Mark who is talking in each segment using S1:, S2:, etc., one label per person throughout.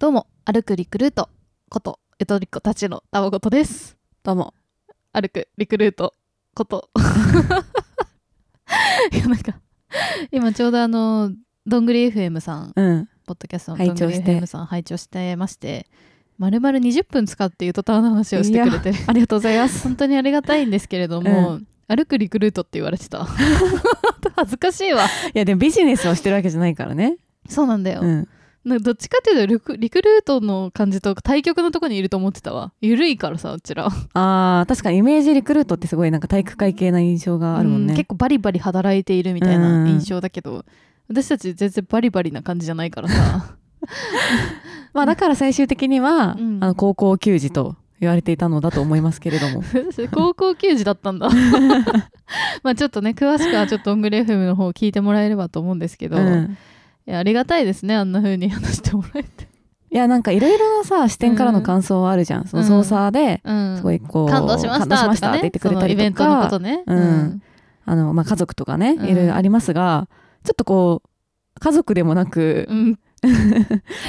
S1: どうも、歩くリクルートこと、ゆとりっ子たちのたわごとです。
S2: どうも。
S1: 歩くリクルートこと。 いや、なんか、今ちょうどあの、どんぐり FM さん、
S2: うん。
S1: ポッドキャストの
S2: 拝
S1: ど
S2: 聴
S1: んぐり
S2: して
S1: FM さん拝聴してまして、まるまる20分使ってゆとたわの話をしてくれて、ありがとうございます。 本当にありがたいんですけれども、歩くリクルートって言われてた。 恥ずかしいわ。
S2: いや、でもビジネスをしてるわけじゃないからね。
S1: そうなんだよ。
S2: うん。
S1: なんかどっちかっていうとリクリクルートの感じと対局のとこにいると思ってたわゆるいからさうちら
S2: ああ、確かにイメージリクルートってすごいなんか体育会系な印象があるもん
S1: う
S2: ね。
S1: 結構バリバリ働いているみたいな印象だけど、私たち全然バリバリな感じじゃないから さ
S2: まあだから最終的には、
S1: うん
S2: あの高校球児と言われていたのだと思いますけれど も。
S1: 高校球児だったん だまあちょっとね詳しくはちょっとどんぐり FM の方を聞いてもらえればと思うんですけど、い
S2: ん、
S1: やありがたいですねあんな風に話してもらえて
S2: いや、なんかいろいろなさ、視点からの感想はあるじゃん。その操作で、
S1: うん
S2: すごいこう、
S1: 感動しまし
S2: 感動
S1: たとか
S2: って
S1: ね
S2: 言ってくれ
S1: そ
S2: た
S1: のイベ
S2: り
S1: ン
S2: とか、
S1: トのことね、
S2: うんあの、まあ家族とかね、
S1: うん
S2: いろいろありますが、ちょっとこう、家族でもなく、
S1: うん、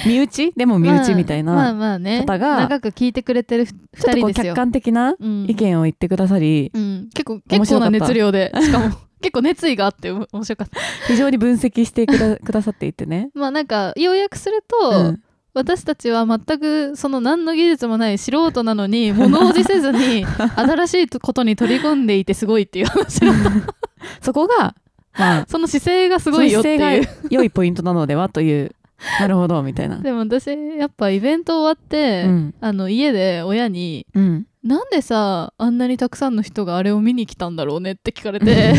S2: 身内でも身内みたいな、
S1: まあまあまあね
S2: 方が
S1: 長く聞いてくれてる2
S2: ちょっと
S1: 人
S2: こ
S1: です
S2: う客
S1: よ
S2: 観的な
S1: うん
S2: 意見を言ってくだ さり、
S1: うん、結構
S2: 面
S1: 結構
S2: 白か
S1: な
S2: った
S1: 熱量でしかも結構熱意があって面白かった
S2: 非常に分析してくだくださっていてね。
S1: まあなんか要約すると、
S2: うん
S1: 私たちは全くその何の技術もない素人なの に物おじせずに新しいことに取り込んでいてすごいっていう話だった
S2: そこが、まあ、
S1: その姿勢が すごいよって
S2: その
S1: い
S2: 姿
S1: う
S2: 勢が良いポイントなのではという、 なるほど、みたいな。
S1: でも私やっぱイベント終わって、
S2: うん
S1: あの家で親に
S2: うん。
S1: なんでさあんなにたくさんの人があれを見に来たんだろうねって聞かれて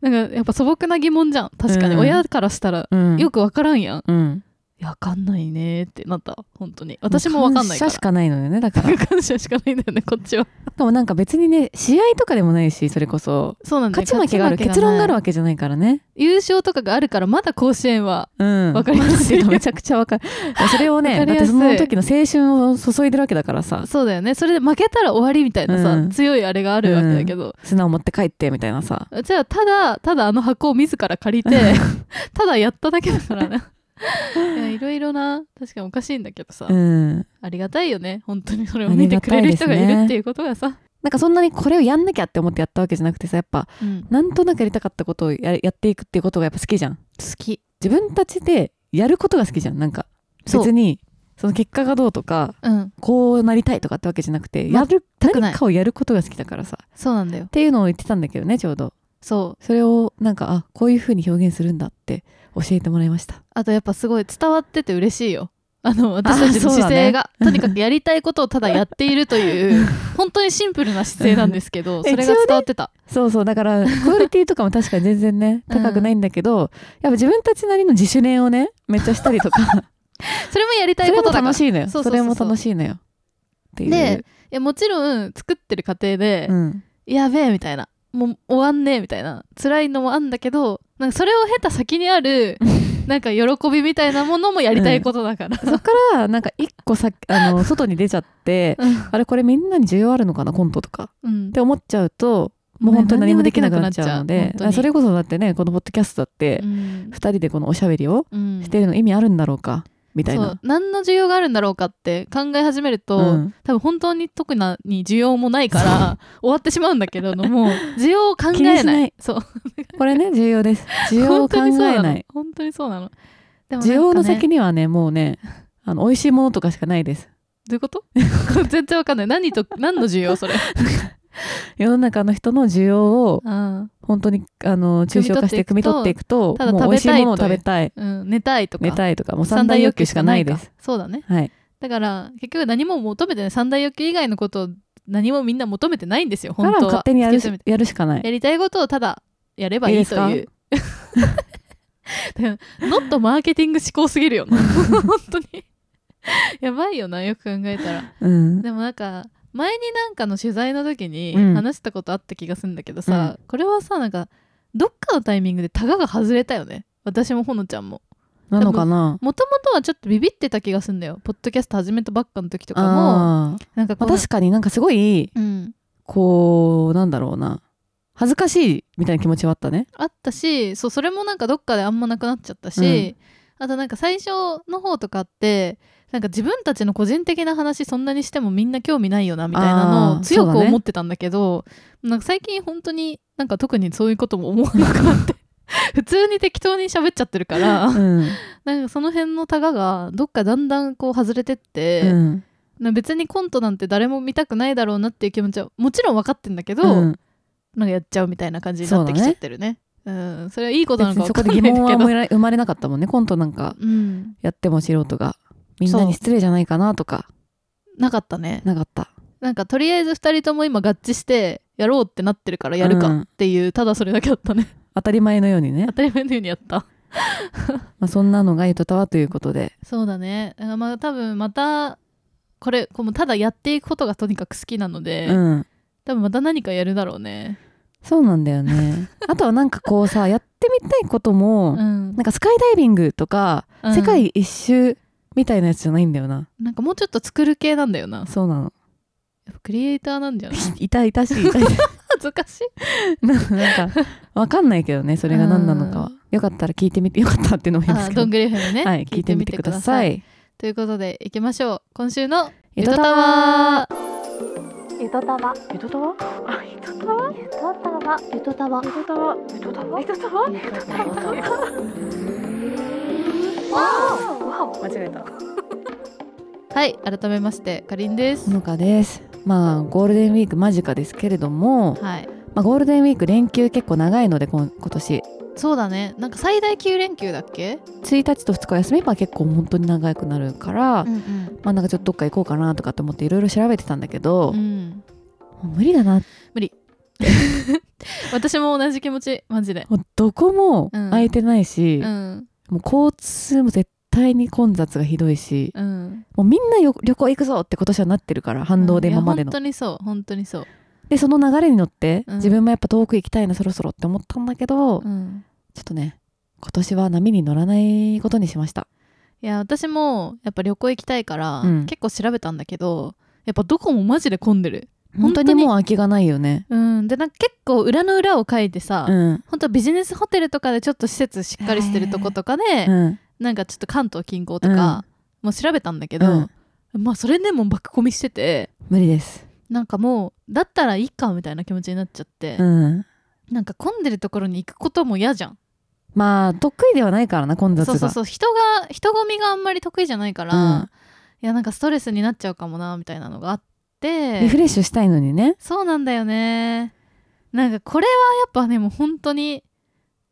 S1: なんかやっぱ素朴な疑問じゃん確かに、
S2: うん
S1: 親からしたら
S2: うん。
S1: よくわからんやん
S2: うん。
S1: いやわかんないねってなった本当に私もわかんないか
S2: 感謝
S1: ら
S2: しかないのよね、だから。 し
S1: 感謝しかないんだよねこっちは
S2: かもなんか別にね、試合とかでもないし、それこそ。
S1: そうなんだよ
S2: 勝ち負けがある、
S1: 勝ち
S2: 結論がある
S1: ない
S2: わけじゃないからね。
S1: 優勝とかがあるからまだ甲子園は
S2: うん。
S1: わかりますよ
S2: めちゃくちゃわかる。い やそれを
S1: わ
S2: ね、
S1: かり
S2: だっ
S1: や
S2: て
S1: すい
S2: その時の青春を注いでるわけだからさ、
S1: そうだよねそれで負けたら終わりみたいなさ、
S2: うん
S1: 強いあれがあるわけだけど、
S2: 砂を持って帰って、みたいなさ。
S1: うちはただただあの箱を自ら借りて ただやっただけだからね いやいろいろな確かにおかしいんだけどさ、
S2: うん。
S1: ありがたいよね本当にそれを
S2: あ
S1: 見
S2: り
S1: て
S2: が
S1: く
S2: た
S1: れ
S2: い
S1: る
S2: です
S1: 人
S2: ね
S1: がいるっていうことがさ、
S2: なんかそんなにこれをやんなきゃって思ってやったわけじゃなくてさやっぱ
S1: うん、好
S2: なんとなくやりたかったことをややっていくっていうことがやっぱ好きじゃん
S1: き
S2: 自分たちでやることが好きじゃんなんか
S1: そう
S2: 別にその結果がどうとか
S1: うん
S2: こうなりたいとかってわけじゃなくてやる
S1: くない
S2: 何かをやることが好きだからさっ
S1: そうなんだよ
S2: ていうのを言ってたんだけどねちょうど
S1: そう
S2: それをなんかあこういうふうに表現するんだって教えてもらいました
S1: あとやっぱすごい伝わってて嬉しいよ。あの私たち
S2: そ
S1: の
S2: うだ
S1: 姿
S2: ね
S1: 勢が、とにかくやりたいことをただやっていると いう本当にシンプルな姿勢なんですけど
S2: 一応ね
S1: それが伝わってた、
S2: そうそうだからクオリティとかも確かに全然ね
S1: うん
S2: 高くないんだけど、やっぱ自分たちなりの自主練をねめっちゃしたりとか
S1: それもやりた
S2: そ
S1: い
S2: れ
S1: こと
S2: も
S1: だから
S2: 楽しいのよ
S1: そう
S2: そ
S1: そうそうそう
S2: れも楽しいのよっていう
S1: でいやもちろん作ってる過程で、
S2: うん、
S1: やべえみたいなもう終わんねえみたいな辛いのもあんだけどなんかそれを経た先にあるなんか喜びみたいなものもやりたいことだ から、
S2: そっからなんか一個さ あの外に出ちゃってあれこれみんなに需要あるのかなコントとか
S1: うんうん
S2: って思っちゃうともう本当に何もできなくなっちゃうの
S1: 何も
S2: で
S1: できなくなっちゃう本当に
S2: それこそだってねこのポッドキャストだって
S1: うん
S2: 2人でこのおしゃべりを
S1: うん
S2: してるの意味あるんだろうかみたい
S1: そう
S2: な。
S1: 何の需要があるんだろうかって考え始めると、
S2: うん
S1: 多分本当に特なに需要もないから終わってしまうんだけれども需要を考え
S2: 気に
S1: ない
S2: しない
S1: そう
S2: これね重要です需要
S1: 本
S2: を考
S1: 当
S2: え
S1: にそうな
S2: な
S1: の
S2: い
S1: 本当にそうなのでもなんかね
S2: 需要の先にはねもうねあの美味しいものとかしかないです
S1: どういうこと 全然わかんない何と何の需要 それ
S2: 世の中の人の需要を
S1: うん、
S2: 本当にあの抽象化して
S1: 汲
S2: 汲
S1: み
S2: み
S1: 取
S2: 取
S1: っ
S2: ってて
S1: い
S2: いくと
S1: ただ
S2: もう
S1: 食
S2: 美
S1: べ
S2: 味し
S1: い
S2: たい
S1: と
S2: ものを食べたい
S1: うん、寝たいとか
S2: 寝たいとかもう三大欲求しかないです
S1: かそうだね
S2: はい
S1: だから結局何も求めてない三大欲求以外のことを何もみんな求めてないんですよ
S2: だか
S1: 本
S2: ら
S1: 当は
S2: 勝手にやる
S1: 突き詰めて
S2: やるしかない
S1: やりたいことをただやればいいと
S2: いい
S1: いう。 ノットマーケティング思考すぎるよな 本当にやばいよなよく考えたら
S2: うん、
S1: でもなんか前になんかの取材の時に
S2: うん
S1: 話したことあった気がするんだけどさ、これはさなんかどっかのタイミングでタガが外れたよね私もほのちゃんも
S2: なのかな
S1: もともとはちょっとビビってた気がするんだよポッドキャスト始めたばっかの時とかも
S2: あー
S1: なんかこ
S2: まあ
S1: の
S2: 確かになんかすごい
S1: うん、
S2: こうなんだろうな恥ずかしいみたいな気持ちはあったね
S1: あったしそうそれもなんかどっかであんまなくなっちゃったし、あとなんか最初の方とかってなんか自分たちの個人的な話そんなにしてもみんな興味ないよなみたいなの
S2: あ
S1: を
S2: ー
S1: 強
S2: そう
S1: く
S2: だね
S1: 思ってたんだけどなんか最近本当になんか特にそういうことも思わなくなって 普通に適当に喋っちゃってるから
S2: うん
S1: なんかその辺のタガがどっかだんだんこう外れてって、
S2: うん
S1: な別にコントなんて誰も見たくないだろうなっていう気持ちはもちろん分かってんだけど、
S2: うん
S1: なんかやっちゃうみたいな感じになってきちゃってるね。うん、それはいいことなの
S2: 別
S1: か
S2: に
S1: 分
S2: そ
S1: かんないんだ
S2: こで疑問は
S1: けど
S2: 生。まれ生まれなかったもんねコントなんか
S1: うん、
S2: やっても素人がみんなに失礼じゃないかなとか
S1: なかったね。
S2: なかった
S1: なんかとりあえず2人とも今合致してやろうってなってるからやる
S2: う
S1: か
S2: ん
S1: っていう、ただそれだけだったね。
S2: 当たり前のようにね
S1: 当、たり前のようにやった。
S2: まあ、そんなのがゆとたわということで
S1: そうだね。だからまあ多分またこれこうただやっていくことがとにかく好きなので、
S2: うん
S1: 多分また何かやるだろうね。
S2: そうなんだよ ねあとはなんかこうさやってみたいことも、
S1: うん
S2: なんかスカイダイビングとか、
S1: うん
S2: 世界一周みたいなやつじゃないんだよな
S1: なんかもうちょっと作る系なんだよな。
S2: そうなの
S1: やっぱクリエイターなんじゃない
S2: 痛々しい痛々しい
S1: 恥ずかしい。
S2: なんかわかんないけどねそれが何なのかは、
S1: うん
S2: よかったら聞いてみてよかったっていうのもいいんで
S1: あ
S2: すけど
S1: どんぐり FM ね、
S2: はい聞いてみてください
S1: ということで行きましょう今週の
S2: ゆ
S1: と
S2: と
S1: た
S2: た
S1: わ
S2: わ
S3: ゆとたわゆとたわゆとたわゆとたわゆとたわゆとたわゆとたわゆとたわゆとたわわお間違えた
S1: はい改めましてかりんです、
S2: ほのかですまあゴールデンウィーク間近ですけれども、
S1: はい
S2: まあ、ゴールデンウィーク連休結構長いのでこん今年
S1: そうだねなんか最大9連休だっけ
S2: 1日と2日休めば結構本当に長くなるから、
S1: んうん
S2: まあなんかちょっとどっか行こうかなとかって思っていろいろ調べてたんだけど、
S1: う
S2: も
S1: ん、
S2: う無理だな
S1: 私も同じ気持ちマジで
S2: もうどこも
S1: うん
S2: 空いてないし、
S1: うん
S2: もう交通も絶対に混雑がひどいし
S1: うん
S2: もうみんなよ旅行行くぞって今年はなってるから反動で
S1: うんいや
S2: 今までの
S1: 本当にそう本当にそう、
S2: でその流れに乗って、
S1: うん
S2: 自分もやっぱ遠く行きたいなそろそろって思ったんだけど、ち
S1: う
S2: ょ
S1: ん、
S2: っとね今年は波に乗らないことにしました
S1: いや私もやっぱ旅行行きたいから、
S2: うん
S1: 結構調べたんだけどやっぱどこもマジで混んでる本
S2: 本
S1: 当
S2: 当
S1: に
S2: にもう空きがないよね
S1: うんでなんか結構裏の裏を書いてさ、
S2: うん、
S1: 本当はビジネスホテルとかでちょっと施設しっかりしてるとことかで、
S2: うん、
S1: なんかちょっと関東近郊とか、もう調べたんだけど、まあそれでも爆込みしてて
S2: 無理です
S1: なんかもうだったらいいかみたいな気持ちになっちゃって
S2: う、ん
S1: なんか混んでるところに行くことも嫌じゃん
S2: まあ得意ではないからな混雑
S1: そう
S2: が
S1: そうそう人が人混みがあんまり得意じゃないから、
S2: うん
S1: いやなんかストレスになっちゃうかもなみたいなのがあっ
S2: リフ
S1: て
S2: レッシュしたいの にね
S1: そうなんだよねなんかこれはやっぱねもう本当に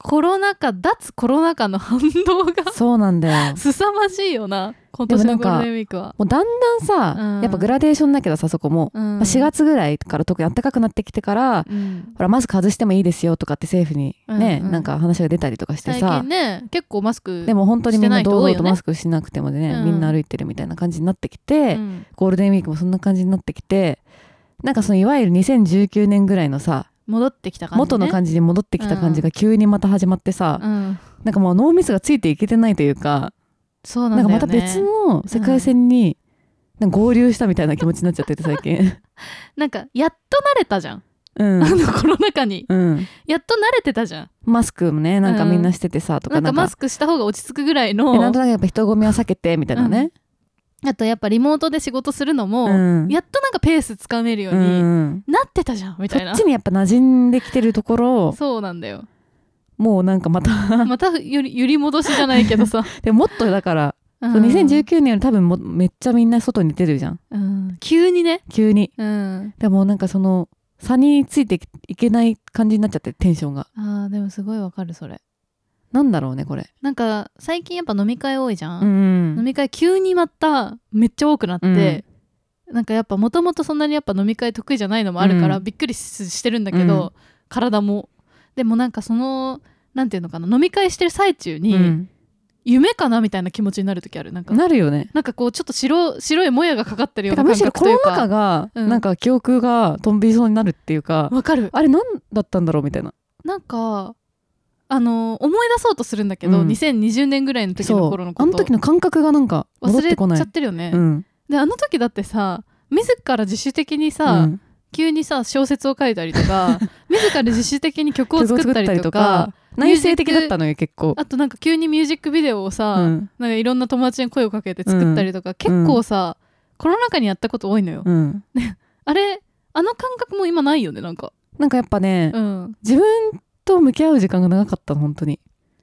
S1: コロナ禍脱コロナ禍の反動が
S2: そうなんだよ
S1: 凄まじいよな今年の
S2: でもな
S1: ゴー
S2: んか
S1: ルデンウィークは。
S2: もうだんだんさ、
S1: うん
S2: やっぱグラデーションだけどさそこも、
S1: うん
S2: まあ、4月ぐらいから特に暖かくなってきてから
S1: うん
S2: ほらマスク外してもいいですよとかって政府にね、
S1: うんうん
S2: なんか話が出たりとかして
S1: 最
S2: さ、
S1: 近ね結構マスク
S2: でも本当にみんな堂
S1: してない人多い
S2: 々
S1: よ
S2: と
S1: ね
S2: マスクしなくてもね
S1: うん
S2: みんな歩いてるみたいな感じになってきて、
S1: うん
S2: ゴールデンウィークもそんな感じになってきてなんかそのいわゆる2019年ぐらいのさ、
S1: 戻ってきた感じ、ね、
S2: 元の感じに戻ってきた感じが急にまた始まってさ、
S1: うん、
S2: なんかもう脳みそがついていけてないというか
S1: そうな
S2: なん
S1: ん
S2: か
S1: だよ、ね、
S2: また別の世界線になんか合流したみたいな気持ちになっちゃってて最近。
S1: なんかやっと慣れたじゃん、
S2: うん
S1: あのコロナ禍に
S2: うん、
S1: やっと慣れてたじゃん
S2: マスクもねなんかみんなしててさ、と
S1: な
S2: か
S1: ん
S2: な
S1: か
S2: んか
S1: マスクした方が落ち着くぐらいの
S2: えなんとなくやっぱ人混みは避けてみたいなね、
S1: あとやっぱリモートで仕事するのも、
S2: うん
S1: やっとなんかペースつかめるよう
S2: う
S1: に
S2: ん、
S1: なってたじゃんみ
S2: そ
S1: たいな
S2: っちにやっぱ馴染んできてるところを
S1: そうなんだよ
S2: もうなんかまた
S1: またゆり揺り戻しじゃないけどさ、
S2: でももっとだから、
S1: うん
S2: そう2019年より多分もめっちゃみんな外に出るじゃん
S1: うん急にね、
S2: 急に
S1: うん、
S2: でもなんかその差についていけない感じになっちゃってテンションが
S1: あーでもすごいわかるそれ
S2: なんだろうねこれ
S1: なんか最近やっぱ飲み会多いじゃん、飲
S2: ん
S1: み会急にまためっちゃ多くなって、なんかやっぱもともとそんなにやっぱ飲み会得意じゃないのもあるから
S2: うん
S1: びっくりししてるんだけど、体もでもなんかそのなんていうのかな飲み会してる最中に、
S2: うん
S1: 夢かなみたいな気持ちになる時あるなんか
S2: なるよね
S1: なんかこうちょっと白白いもやがかかってるよ
S2: て
S1: うな
S2: か
S1: 感
S2: むしろ
S1: 覚
S2: コ
S1: という
S2: ロ
S1: か
S2: ナ禍が
S1: うん
S2: なんか記憶が飛びそうになるっていうか、
S1: わかる
S2: あれ何だったんだろうみたいな
S1: なんかあの思い出そうとするんだけど、
S2: うん
S1: 2020年ぐらいの時の頃のこ
S2: あ
S1: と
S2: の時の感覚がなんか戻
S1: 忘
S2: っ
S1: れ
S2: てこない
S1: ちゃってるよね、
S2: うん
S1: であの時だってさ自ら自主的にさ、
S2: うん
S1: 急にさ小説を書いたりとか自ら自主的に曲を作ったりとか
S2: 曲を作ったりとか内省的だったのよ結構、
S1: あとなんか急にミュージックビデオをさ、
S2: うん
S1: なんかいろんな友達に声をかけて作ったりとか、結構さ、コロナ禍にやったこと多いのよ、
S2: うん、
S1: あれあの感覚も今ないよねなんか
S2: なんかやっぱね、
S1: うん
S2: 自分と向き合う時間が長かったの本当に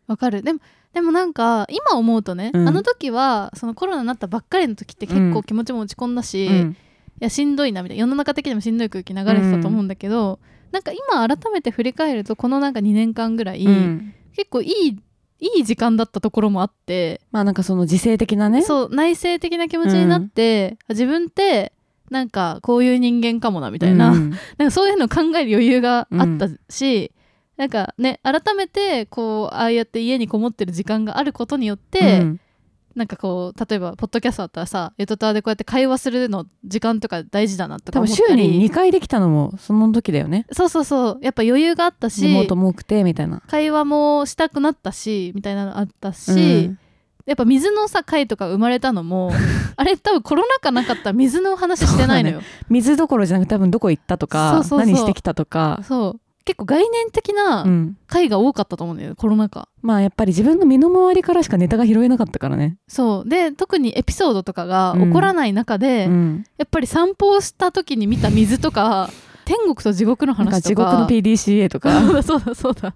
S1: わかるでもでもなんか今思うとね、
S2: うん
S1: あの時はそのコロナになったばっかりの時って結構気持ちも落ち込んだし、
S2: う
S1: い
S2: ん
S1: やしんどいなみたいな世の中的にもしんどい空気流れてたと思うんだけど、なんか今改めて振り返るとこのなんか2年間ぐらい、
S2: うん
S1: 結構いいいい時間だったところもあって
S2: まあなんかその自制的なね
S1: そう内省的な気持ちになって、自分ってなんかこういう人間かもなみたいな,、
S2: うん
S1: なんかそういうのを考える余裕があったし、なんかね改めてこうああやって家にこもってる時間があることによって、
S2: うん
S1: なんかこう例えばポッドキャストだったらさ「ゆとたわ」でこうやって会話するの時間とか大事だなとか
S2: 多
S1: 思
S2: 分
S1: った
S2: 週
S1: り
S2: に2回できたのもその時だよね
S1: そうそうそうやっぱ余裕があった
S2: リモー
S1: し
S2: トも多くてみたいな
S1: 会話もしたくなったしみたいなのあったし、
S2: うん
S1: やっぱ水のさ回とか生まれたの もあれ多分コロナ禍なかったら水の話してないのよ
S2: 水どころじゃなくて多分どこ行ったとか
S1: そうそうそう
S2: 何してきたとか、
S1: そう結構概念的
S2: う、
S1: なん回が多かったと思うんだよねコロナ禍
S2: まあやっぱり自分の身の回りからしかネタが拾えなかったからね、
S1: そうで特にエピソードとかが
S2: うん
S1: 起こらない中で、
S2: うん、
S1: やっぱり散歩をした時に見た水と か天国と地獄の
S2: なんか
S1: 話
S2: 地
S1: と
S2: 獄
S1: か
S2: の PDCA
S1: そう
S2: とか
S1: だ そうだそうだ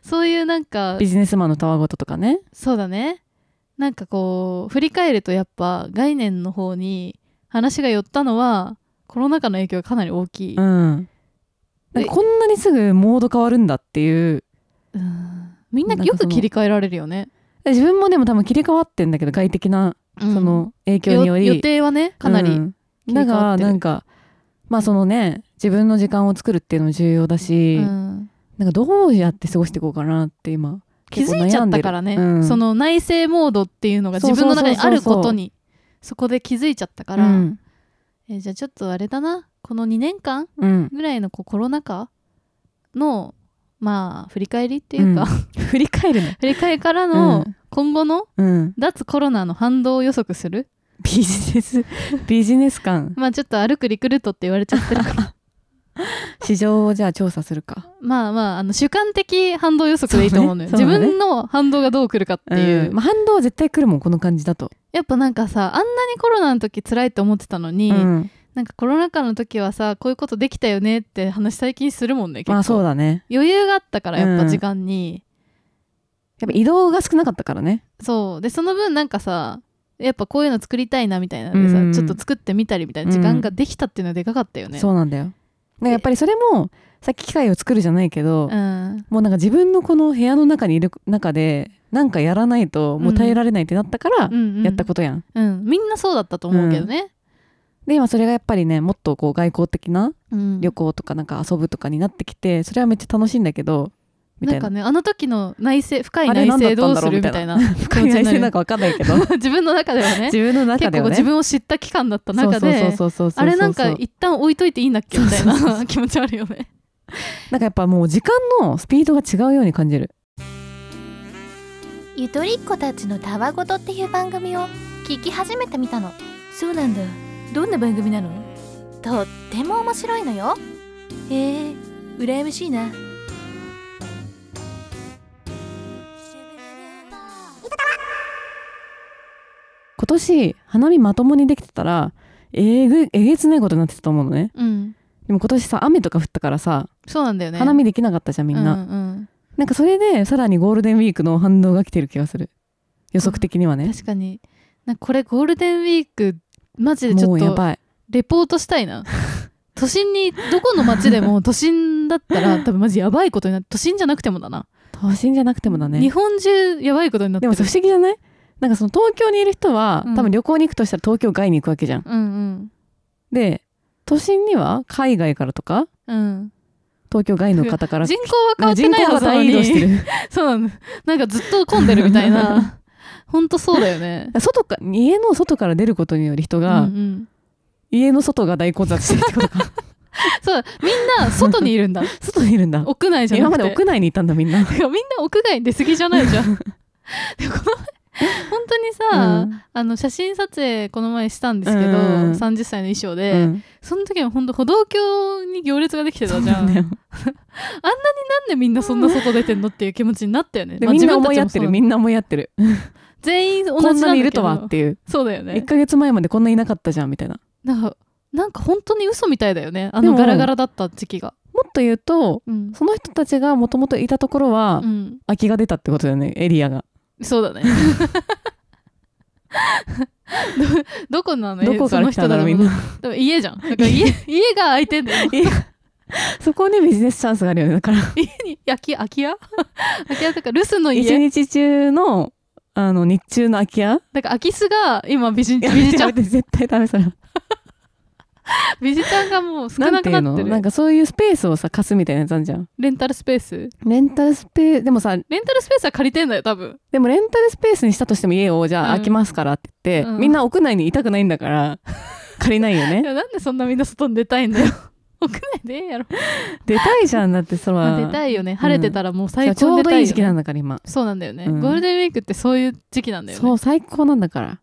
S1: そういうなんか
S2: ビジネスマンのたわごととかね
S1: そうだねなんかこう振り返るとやっぱ概念の方に話が寄ったのはコロナ禍の影響がかなり大きい、
S2: うん、なんかこんなにすぐモード変わるんだっていう
S1: うんみんなよく切り替えられるよね。
S2: 自分もでも多分切り替わってんだけど外的な
S1: そ
S2: その影響により、
S1: 予定はねかなり、
S2: うん
S1: 切り替
S2: だ
S1: わ
S2: が
S1: ってる
S2: なんかまあそのね自分の時間を作るっていうのも重要だし、
S1: うん
S2: なんかどうやって過ごしていこうかなって今
S1: 気づいちゃったからね、
S2: 結構悩んでるうん
S1: その内省モードっていうのが自分の中にあることにそこで気づいちゃったから、
S2: うん
S1: えーじゃあちょっとあれだなこの2年間
S2: うん、
S1: ぐらいのこうコロナ禍のまあ振り返りっていうか、
S2: うん振り返るね、
S1: 振り返りからの
S2: うん
S1: 今後の
S2: うん、
S1: 脱コロナの反動を予測する
S2: ビジネス ビジネス感
S1: まあちょっと歩くリクルートって言われちゃってるから
S2: 市場をじゃあ調査するか
S1: まあまああの主観的反動予測でいいと思うのよ、
S2: そうね
S1: 自
S2: そうね
S1: 分の反動がどう来るかっていう、
S2: まあ、反動は絶対来るもんこの感じだと、
S1: やっぱなんかさあんなにコロナの時辛いと思ってたのに、
S2: うん
S1: なんかコロナ禍の時はさこういうことできたよねって話最近するもんね結構、
S2: まあそうだね
S1: 余裕があったからやっぱ時間に、
S2: やっぱ移動が少なかったからね
S1: そうでその分なんかさやっぱこういうの作りたいなみたいなんでさ、
S2: うん
S1: ちょっと作ってみたりみたいな時間ができたっていうのはでかかったよね、
S2: そうなんだよなんかやっぱりそれもさっき機械を作るじゃないけど、
S1: うん
S2: もうなんか自分のこの部屋の中にいる中でなんかやらないともう耐えられないってなったから
S1: うんうん
S2: やったことやん、
S1: うん、みんなそうだったと思うけどね、
S2: で今それがやっぱりねもっとこう外交的な
S1: うん
S2: 旅行とかなんか遊ぶとかになってきてそれはめっちゃ楽しいんだけどみた
S1: ないんか
S2: な
S1: ねあの時の内省深い
S2: あれ
S1: 内
S2: 何だった
S1: 省
S2: ん
S1: ど
S2: だろう
S1: うするみたいな
S2: 深 い内省なんかわかんないけど
S1: 自分の中ではね
S2: 自分の中
S1: 結
S2: で
S1: 構
S2: はね
S1: 自分を知った期間だった中で
S2: そうそうそうそうそうそう
S1: あれなんか一旦置いといていいんだっけみたい
S2: そうそうそうそ
S1: な気持ちあるよね。
S2: なんかやっぱもう時間のスピードが違うように感じる
S3: ゆとりっ子たちのたわごとっていう番組を聞き始めてみたのそうなんだどんな番組なのとっても面白いのよへえ羨ましいな
S2: 今年花見まともにできてたらえぐえげつないことになってたと思うのね
S1: うん、
S2: でも今年さ雨とか降ったからさ
S1: そうなんだよね。
S2: 花見できなかったじゃんみんな、
S1: うんうん
S2: なんかそれでさらにゴールデンウィークの反動が来てる気がする予測的にはね
S1: 確かになんかこれゴールデンウィークマジでち
S2: も
S1: ょっ
S2: うや
S1: と
S2: ばい
S1: レポートしたい な。都心にどこの町でも都心だった ら多分マジやばいことになって都心じゃなくてもだな。
S2: 都心じゃなくてもだね
S1: 日本中やばいことになって
S2: で
S1: る。
S2: もさ不思議じゃないなんかその東京にいる人は、
S1: うん
S2: 多分旅行に行くとしたら東京外に行くわけじゃん
S1: うん
S2: で都心には海外からとか
S1: うんうん。
S2: 東京外の 方から
S1: 人口は変わってないはずなの
S2: 人口が大移動して
S1: に
S2: る
S1: そうなんだなんかずっと混んでるみたい な本当そうだよね。
S2: 外か家の外から出ることによる人が、
S1: うんうん
S2: 家の外が大混雑してるってこと か
S1: そうみんな外にいるんだ
S2: 外にいるんだ
S1: 屋内じゃ
S2: 今
S1: なく
S2: ま
S1: て
S2: で屋内にいたんだみんな
S1: てかみんな屋外に出過ぎじゃないじゃんでこの本当にさ、あの写真撮影この前したんですけど、
S2: うんうんうん
S1: 30歳の衣装
S2: う
S1: で、
S2: ん
S1: その時は本当歩道橋に行列ができてたじゃん、
S2: そう
S1: な
S2: だ
S1: ん
S2: よ
S1: でみんなそんな外出てんのっていう気持ちになったよね、
S2: で
S1: まあ
S2: みんな
S1: 自分
S2: 思
S1: た
S2: い
S1: ち
S2: や
S1: も
S2: って
S1: そう
S2: るみんな思いやってる
S1: 全員同じ
S2: こん
S1: だ
S2: な
S1: け
S2: に
S1: ど
S2: いるとはっていう
S1: そうだよ
S2: 1
S1: ね
S2: ヶ月前までこんないなかったじゃんみたいな
S1: なんかなんか本当に嘘みたいだよねあ
S2: で
S1: の
S2: も
S1: ガラガラだった時期が
S2: もっと言うと
S1: うん、
S2: その人たちがもともといたところは
S1: うん、
S2: 空きが出たってことだよねエリアが
S1: そうだね どどこなの
S2: どこから来たんだろう
S1: その
S2: み
S1: 人
S2: んな
S1: だでも家じゃんだから家家が空い てんだよ
S2: そこにビジネスチャンスがあるよねだから
S1: 家に空き空き家空き家だから留守の
S2: 一
S1: 家
S2: 日中のあの日中の空き家
S1: だから空き巣が今ビジ
S2: や
S1: ビ
S2: め
S1: ジ
S2: て
S1: ちゃ
S2: やめ
S1: ん
S2: て絶対ダメそれは
S1: ビジちゃんがもう少
S2: な
S1: なん
S2: て
S1: く
S2: い
S1: な
S2: う
S1: っ
S2: の
S1: て
S2: なん
S1: る
S2: かそういうスペースをさ貸すみたいなやつあるじゃん
S1: レンタルスペース
S2: レンタルスペースでもさ
S1: レンタルスペースは借りてんだよ多分
S2: でもレンタルスペースにしたとしても家をじゃ
S1: うん
S2: あ空きますからって言って、
S1: うん
S2: みんな屋内にいたくないんだから 借りないよ
S1: い
S2: ね
S1: やなんでそんなみんな外に出たいんだよ 屋内でええやろ、
S2: 出たいじゃんだってそ
S1: まあ
S2: ら
S1: 出たいよね晴れてたらもう
S2: じゃ
S1: 最
S2: あちょ
S1: 高に
S2: う
S1: 出
S2: ど
S1: たいよ、ね
S2: いい時期なんだから今、
S1: そうなんだよね、
S2: うん
S1: ゴールデンウィークってそういう時期なんだよね
S2: そう最高なんだから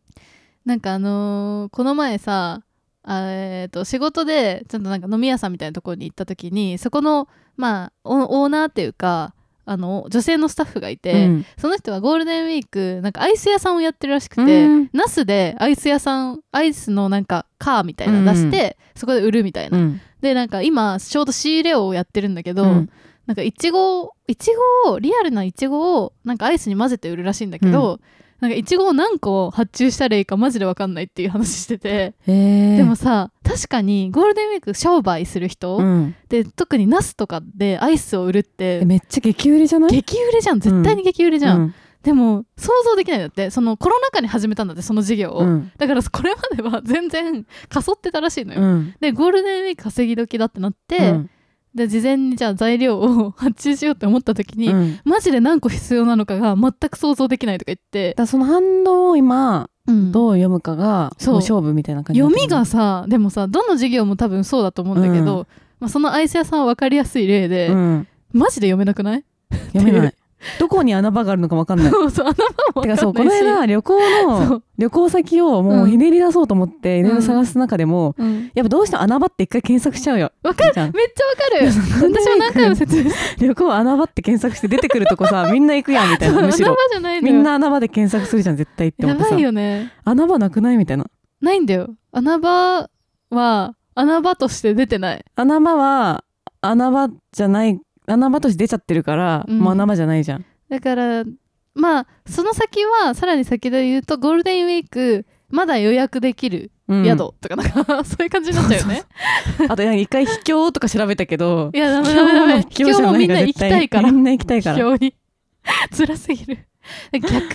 S1: なんかあのーこの前さあえーと仕事でちょっとなんか飲み屋さんみたいなところに行った時にそこの、まあ、オオーナーっていうかあの女性のスタッフがいて、
S2: うん
S1: その人はゴールデンウィークなんかアイス屋さんをやってるらしく
S2: う
S1: て、
S2: ん
S1: ナスでアイス屋さんアイスのなんかカーみたいなの出して、そこで売るみたいな、
S2: うん
S1: でなんか今ちょうど仕入れをやってるんだけど、
S2: うん
S1: なんかいちごいちごをリアルないちごをなんかアイスに混ぜて売るらしいんだけど、なんかいちごを何個発注したらいいかマジで分かんないっていう話してて、
S2: へー
S1: でもさ確かにゴールデンウィーク商売する人、
S2: うん
S1: で特にナスとかでアイスを売るっ
S2: え
S1: て
S2: めっちゃ激売れじゃない
S1: 激売れじゃん絶対に激売れじゃん、
S2: うん
S1: でも想像できないんだってそのコロナ禍に始めたんだってその事業を、
S2: うん
S1: だからこれまでは全然かそってたらしいのよ、
S2: うん
S1: でゴールデンウィーク稼ぎ時だってなって、
S2: うん
S1: で事前にじゃあ材料を 発注しようって思った時に、
S2: うんだか
S1: マジで何個必要なのかが全く想像できないとか言って、
S2: らその反動を今
S1: うん
S2: どう読むかが
S1: そう
S2: もう勝負みたいな感じだ
S1: 読
S2: と思
S1: み
S2: う
S1: がさでもさどの授業も多分そうだと思うんだけど、
S2: う
S1: まあ、そのアイス屋さんは分かりやすい例で、
S2: うん
S1: マジで読めなくない
S2: 読め ないどこに穴場があるのかわかんない
S1: そう そう頭も
S2: て
S1: 分
S2: か
S1: か
S2: そうん
S1: な
S2: こ
S1: い
S2: の
S1: し
S2: 間旅行
S1: そ
S2: の
S1: う
S2: 旅行先をもうひねり出そうと思っていろいろ探す中でも、
S1: うん
S2: やっぱどうしても穴場って一回検索しちゃうよ
S1: わかる
S2: じゃん
S1: めっちゃ分かる私も何回も説明し
S2: 旅行穴場って検索して出てくると こさみんな行くやんみた
S1: た
S2: いなむ
S1: 頭
S2: しろ
S1: じゃないの
S2: み
S1: よ
S2: んな穴場で検索するじゃん絶対って思
S1: や
S2: ってさ
S1: ばいよね
S2: 穴場なくないみたいな
S1: ないんだよ穴場は穴場として出てない
S2: 穴場は穴場じゃない穴場として出ちゃってるから、
S1: うん
S2: もう穴場じゃないじゃん
S1: だからまあその先はさらに先で言うとゴールデンウィークまだ予約できる
S2: うん
S1: 宿とかなんか、 そういう感じになっちゃうよね
S2: あといや一回秘境とか調べたけど
S1: いやダメダメダ メ
S2: 秘境
S1: 今日もみんな行きたいから
S2: みんな行きたい
S1: 非
S2: から
S1: 常に 辛すぎる逆に言う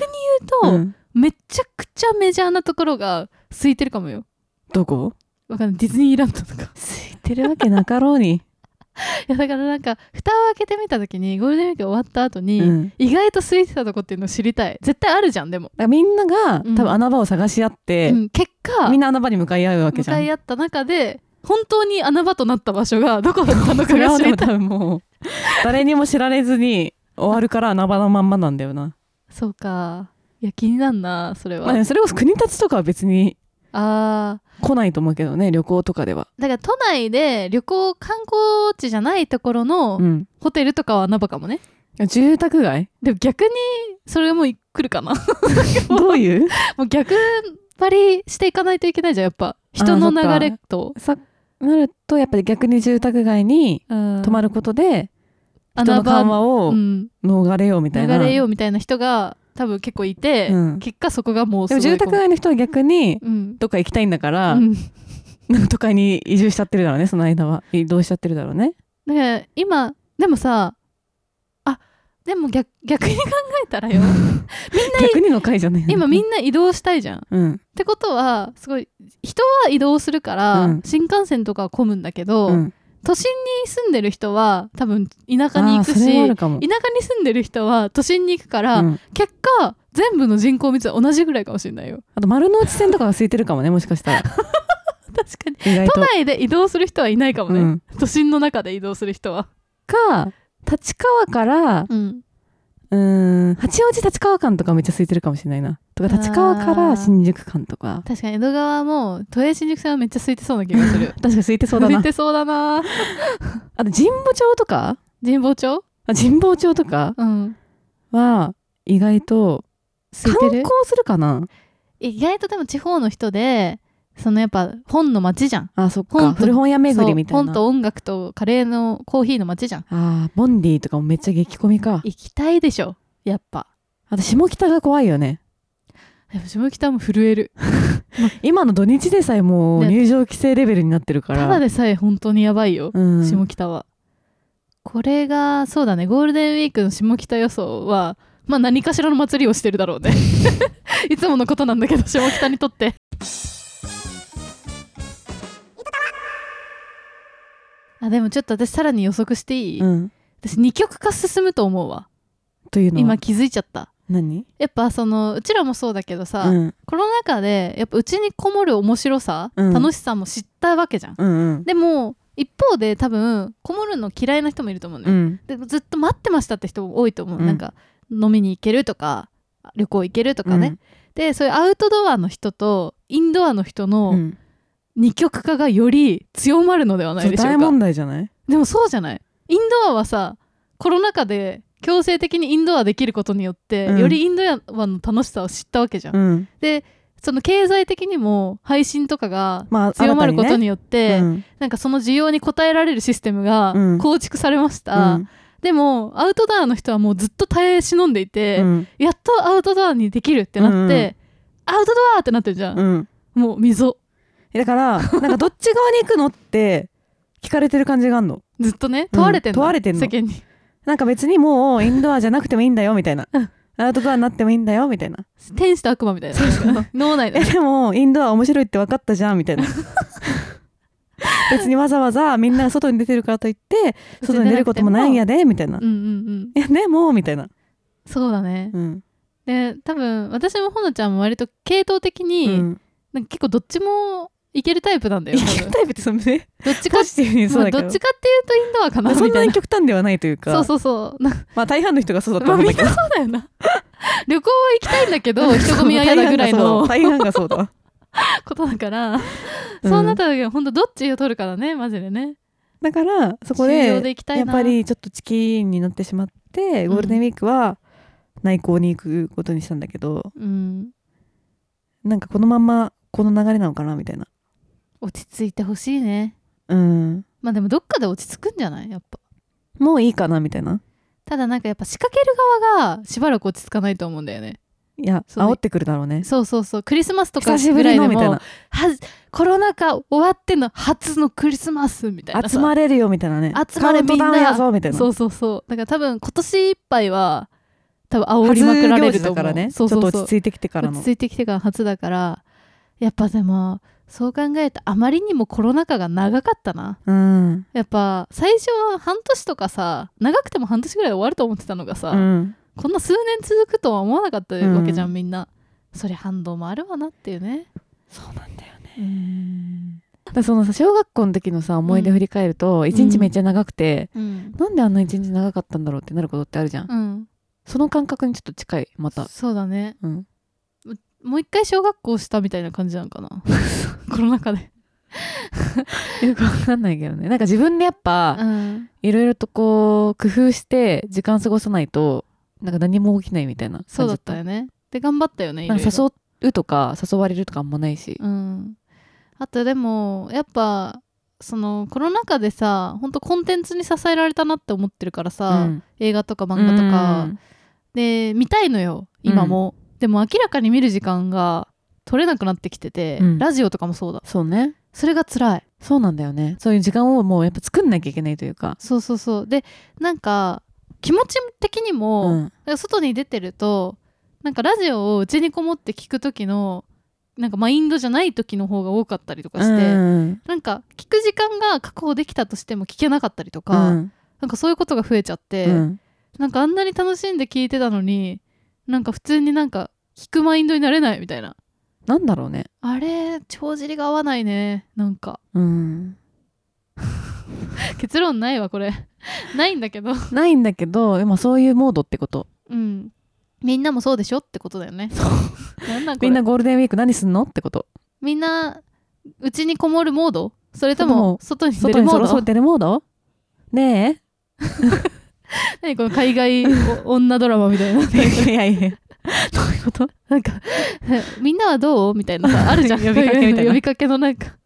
S1: と、
S2: うん
S1: めちゃくちゃメジャーなところが空いてるかもよ
S2: どこ
S1: わかんないディズニーランドとか
S2: 空い てるわけなかろうに、
S1: いやだからなんか蓋を開けてみた時にゴールデンウィーク終わった後に、
S2: うんだか
S1: 意外と空いてたとこっていうのを知りたい絶対あるじゃんでも、
S2: らみんなが、
S1: うん
S2: 多分穴場を探し合って、
S1: うん、結果
S2: みんな穴場に向かい合うわけ
S1: 向
S2: じゃ
S1: か
S2: ん
S1: い合った中で本当に穴場となった場所がどこだったの
S2: そ
S1: か
S2: れ
S1: が
S2: は
S1: 知
S2: で
S1: り
S2: も
S1: た
S2: 多
S1: い
S2: 分もう誰にも知られずに終わるから穴場のまんまなんだよな、
S1: そうかいや気になんなそれは、
S2: まあ、それこそ国立とかは別に
S1: あー
S2: 来ないと思うけどね旅行とかでは、
S1: だから都内で旅行観光地じゃないところの
S2: うん、
S1: ホテルとかは穴場かもね
S2: 住 宅街
S1: でも逆にそれも来るかな
S2: どういう
S1: もう逆張りしていかないといけないじゃんやっぱ人の流れと
S2: さなるとやっぱり逆に住宅街に
S1: 止
S2: 泊まることで人
S1: 穴
S2: の緩和
S1: 場
S2: を
S1: うん
S2: 逃れようみたいな、
S1: 流れようみたいな人が多分結構いて、
S2: うん
S1: 結果そこがもうす
S2: で
S1: ご
S2: も
S1: い
S2: 住宅街の人は逆に
S1: うん、
S2: どっか行きたいんだから、
S1: うん、
S2: 都会に移住しちゃってるだろうねその間は移動しちゃってるだろうね
S1: だから今でもさあでも逆逆に考えたら よ
S2: 逆にの会じゃない
S1: 今み
S2: ん
S1: んな移動したいじゃんっ
S2: うん
S1: てことはすごい人は移動するから、
S2: うん
S1: 新幹線とかは混むんだけど、
S2: うん
S1: 都心に住んでる人は多分田舎に
S2: あ
S1: 行
S2: ー
S1: く
S2: それはあ
S1: し
S2: るかも
S1: 田舎に住んでる人は都心に行くから、
S2: うん
S1: 結果全部の人口密度は同じぐらいかもしれないよ
S2: あと丸の内線とかが空いてるかもねもしかしたら
S1: 確かに
S2: 意外
S1: 都
S2: と
S1: 内で移動する人はいないかもね、
S2: うん
S1: 都心の中で移動する人は
S2: か立川から
S1: うん
S2: うーん八王子立川間とかめっちゃ空いてるかもしれないなとか立川から新宿間とか
S1: 確かに江戸川も都営新宿線はめっちゃ空いてそうな気がする
S2: 確かに空いてそうだ
S1: 空
S2: ない
S1: てそうだな
S2: あと神保町とか
S1: 神保町
S2: あ神保町とか
S1: うん
S2: は意外と
S1: 空
S2: 観
S1: いて
S2: 光
S1: る
S2: するかな
S1: 意外とでも地方の人でそのやっぱ本の街じゃん
S2: あそっか
S1: 本と
S2: 古本屋巡りみた
S1: そ
S2: いうな
S1: 本と音楽とカレーのコーヒーの街じゃん
S2: あーボンディとかもめっちゃ激混みか
S1: 行きたいでしょやっぱ
S2: あと下北が怖いよね
S1: でも下北も震える
S2: 今の土日でさえもう
S1: ね
S2: 入場規制レベルになってるから
S1: ただでさえ本当にやばいよ、
S2: うん、
S1: 下北はこれがそうだねゴールデンウィークの下北予想はまあ何かしらの祭りをしてるだろうね いつものことなんだけど下北にとってあでもちょっと私さらに予測していい、
S2: うん、
S1: 私二極化進むと思うわ
S2: というのは
S1: 今気づいちゃった
S2: 何
S1: やっぱそのうちらもそうだけどさ、
S2: うん
S1: コロナ禍でやっぱうちにこもる面白さ、
S2: うん
S1: 楽しさも知ったわけじゃん
S2: うんうん
S1: でも一方で多分こもるの嫌いな人もいると思うの
S2: う
S1: よ、
S2: ん
S1: でずっと待ってましたって人も多いと思う、
S2: うん
S1: なんか飲みに行けるとか旅行行けるとかね、でそういうアウトドアの人とインドアの人
S2: うんう
S1: の
S2: ん
S1: 二極化がより強まるのではない
S2: そう
S1: でしょう
S2: 大
S1: か、
S2: 問題じゃない
S1: でもそうじゃないインドアはさコロナ禍で強制的にインドアできることによって、
S2: うん
S1: よりインドアの楽しさを知ったわけじゃん、
S2: うん
S1: でその経済的にも配信とかが
S2: まあ
S1: 強まることによっ
S2: 新
S1: て、
S2: たにね
S1: なんかその需要に応えられるシステムが
S2: うん
S1: 構築されまし
S2: うん
S1: た、でもアウトドアの人はもうずっと耐え忍んでいて、
S2: うん
S1: やっとアウトドアにできるってなって、アウトドアってなってるじゃん、
S2: うん
S1: もう溝
S2: だからなんかどっち側に行くのって聞かれてる感じがあんの
S1: ずっとね問われてんの、
S2: 問われてんの
S1: 世間に
S2: なんか別にもうインドアじゃなくてもいいんだよみたいなアウトドアになってもいいんだよみたいな
S1: 天使と悪魔みたいな脳内の
S2: えでもインドア面白いって分かったじゃんみた いな別にわざわざみんなが外に出てるからといって 外に出ることもないんやでみたいな、
S1: うんうんうん
S2: いやでもみたいな、
S1: そうだね
S2: うん
S1: で多分私もほのちゃんも割と系統的に、
S2: うん、
S1: なんか結構どっちもいけるタイプなんだよ
S2: い
S1: 多
S2: や
S1: 分
S2: タイプってその ね
S1: どっちか
S2: ポジティブにそう
S1: まあ
S2: だけ
S1: ど
S2: ど,、
S1: っちかっていうとインドアかなみ
S2: そん
S1: た
S2: ないに
S1: な
S2: 極端ではないというか
S1: そうそうそうな
S2: まあ大半の人がそうだと
S1: まあ
S2: 思うん
S1: み
S2: だ
S1: ん
S2: け
S1: な
S2: ど
S1: そうだよ な旅行は行きたいんだけど人混みは嫌だぐらいの
S2: 大半がそうだ
S1: ことだから、
S2: うん
S1: そうなった時は本当どっちを取るかだねマジでね
S2: だからそこ
S1: 中
S2: で
S1: 央で行きたい
S2: やっ
S1: な
S2: ぱりちょっとチキンになってしまってゴールデンウィークは内向に行くことにしたんだけど、
S1: うん
S2: なんかこのまんまこの流れなのかなみたいな
S1: 落ち着いてほしいね
S2: うん
S1: まあでもどっかで落ち着くんじゃないやっぱ
S2: もういいかなみたいな
S1: ただなんかやっぱ仕掛ける側がしばらく落ち着かないと思うんだよね
S2: いや
S1: そう
S2: 煽ってくるだろうね
S1: そうそうそうクリスマスとか
S2: 久し
S1: ぐ
S2: ぶ
S1: らい
S2: り
S1: で
S2: のみたい
S1: も
S2: な
S1: はコロナ禍終わっての初のクリスマスみたいなさ
S2: 集まれるよみたいなね
S1: 集まれみんな
S2: カウントダウンやぞみたいな
S1: そうそうそうだから多分今年いっぱいは多分煽りまくられると思
S2: だ
S1: う
S2: からね
S1: そうそうそう
S2: ちょっと落ち着いてきてから
S1: 落
S2: の
S1: ち着いてきてから初だからやっぱでもそう考えるとあまりにもコロナ禍が長かったな
S2: うん、
S1: やっぱ最初は半年とかさ長くても半年ぐらいで終わると思ってたのがさ、
S2: うん、
S1: こんな数年続くとは思わなかったわけじゃん、
S2: う
S1: みんなそれ反動もあるわなっていうね
S2: そうなんだよねだからそのさ小学校の時のさ思い出振り返ると一、日めっちゃ長くて、
S1: うん、
S2: なんであんな一日長かったんだろうってなることってあるじゃん、
S1: うん、
S2: その感覚にちょっと近いまた、
S1: そうだね
S2: うん、
S1: もう一回小学校したみたいな感じなのか なコロナ禍で、
S2: よくわかんないけどねなんか自分でやっぱ
S1: うん、
S2: いろいろとこう工夫して時間過ごさないとなんか何も起きないみたいな感じ
S1: そうだったよねで頑張ったよね
S2: なんか
S1: いろいろ
S2: 誘うとか誘われるとかあんまないし、
S1: うん、あとでもやっぱそのコロナ禍でさ本当コンテンツに支えられたなって思ってるから
S2: う
S1: さ、
S2: ん
S1: 映画とか漫画とか、
S2: うん
S1: で見たいのよ今も、でも明らかに見る時間が取れなくなってきてて、
S2: うん
S1: ラジオとかもそうだ
S2: そうね
S1: それが辛い
S2: そうなんだよねそういう時間をもうやっぱ作んなきゃいけないというか、
S1: そうそうそうでなんか気持ち的にも、
S2: うん
S1: なんか外に出てるとなんかラジオを家にこもって聞く時のなんかマインドじゃない時の方が多かったりとかして、
S2: うん
S1: なんか聞く時間が確保できたとしても聞けなかったりと
S2: う
S1: か、
S2: ん
S1: なんかそういうことが増えちゃって、
S2: うん
S1: なんかあんなに楽しんで聞いてたのになんか普通になんか聞くマインドになれないみたいな
S2: なんだろうね
S1: あれ帳尻が合わないねなんか
S2: うん
S1: 結論ないわこれ ないんだけど
S2: ないんだけど今そういうモードってこと
S1: うんみんなもそうでしょってことだよね なんなんこれ
S2: みんなゴールデンウィーク何すんのってこと
S1: みんなうちにこもるモードそれと
S2: それと
S1: も
S2: も
S1: 外に出
S2: 外
S1: る
S2: に
S1: モ
S2: そ
S1: ー
S2: ろそろ
S1: ド
S2: 出るモードね
S1: 何この海外お女ドラマみたいな
S2: えいやいやいやどういうこと
S1: なんかみんなはどうみたいなさあるじゃん
S2: 呼びかけみたいな
S1: 呼びかけのなんか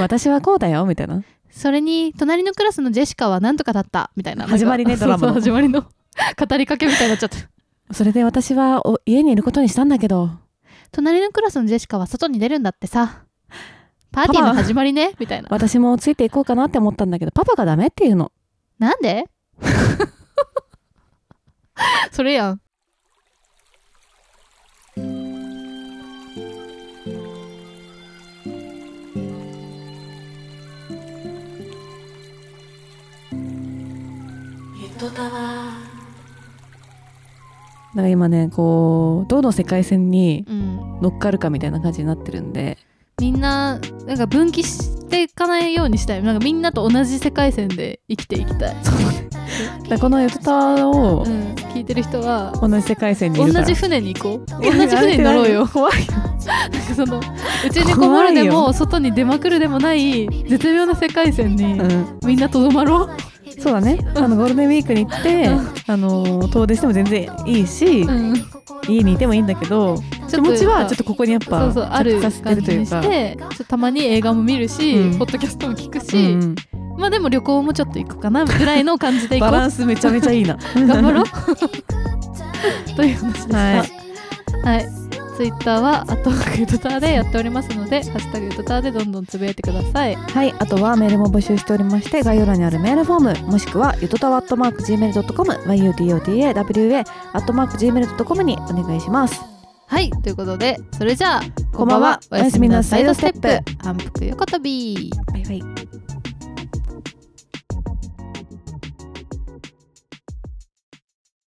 S2: 私はこうだよみたいな
S1: それに隣のクラスのジェシカはなんとかだったみたいななんか
S2: 始まりねドラマの
S1: そうそう始まりの 語りかけみたいになっちゃった
S2: それで私はお家にいることにしたんだけど
S1: 隣のクラスのジェシカは外に出るんだってさパーティーの始まりねみたいな
S2: 私もついていこうかなって思ったんだけどパパがダメっていうの
S1: なんで それやん
S2: だから今ねこうどの世界線に
S1: うん
S2: 乗っかるかみたいな感じになってるんで
S1: みんななんか分岐していかないようにしたいなんかみんなと同じ世界線で生きていきたい、
S2: だからこの「ゆとたわ」を
S1: うん、聞いてる人は
S2: 同じ世界線にい
S1: 同
S2: るから
S1: じ 船に行こう同じ船に乗ろうよ
S2: 怖い
S1: なんかそのうちにこもるで
S2: 怖い
S1: も外に出まくるでもない絶妙な世界線に
S2: うん
S1: みんなとどまろう、
S2: そうだねあのゴールデンウィークに行ってあの遠出しても全然いいし、
S1: うん、ち
S2: 家にいてもいいんだけ
S1: ょ
S2: ど
S1: っと
S2: 気持ちはちょっとここにやっぱ
S1: そうそうある
S2: 着火して
S1: 感
S2: ると
S1: じ
S2: い
S1: に
S2: うか
S1: してちょっとたまに映画も見るし、
S2: うん
S1: ポッドキャストも聞く
S2: う
S1: し、
S2: んうん
S1: まあでも旅行もちょっと行くかなぐらいの感じで行
S2: バ
S1: こ
S2: ラ
S1: う
S2: ンスめちゃめちゃいいな
S1: 頑
S2: 頑
S1: 張ろうという話でした。
S2: はい
S1: はい。ツイッターは、あと、グッドターでやっておりますので、ハッシュタググッドターでどんどんつぶやいてください。
S2: はい、あとはメールも募集しておりまして、概要欄にあるメールフォーム、もしくは、ゆとたわ .gmail.com、yudotawa .gmail.com にお願いします。
S1: はい。ということで、それじゃあ、
S2: こんばんは
S1: おやすみなサイドステッ
S2: おやすみなサイド
S1: プ。反復横跳び。
S2: バイバイ。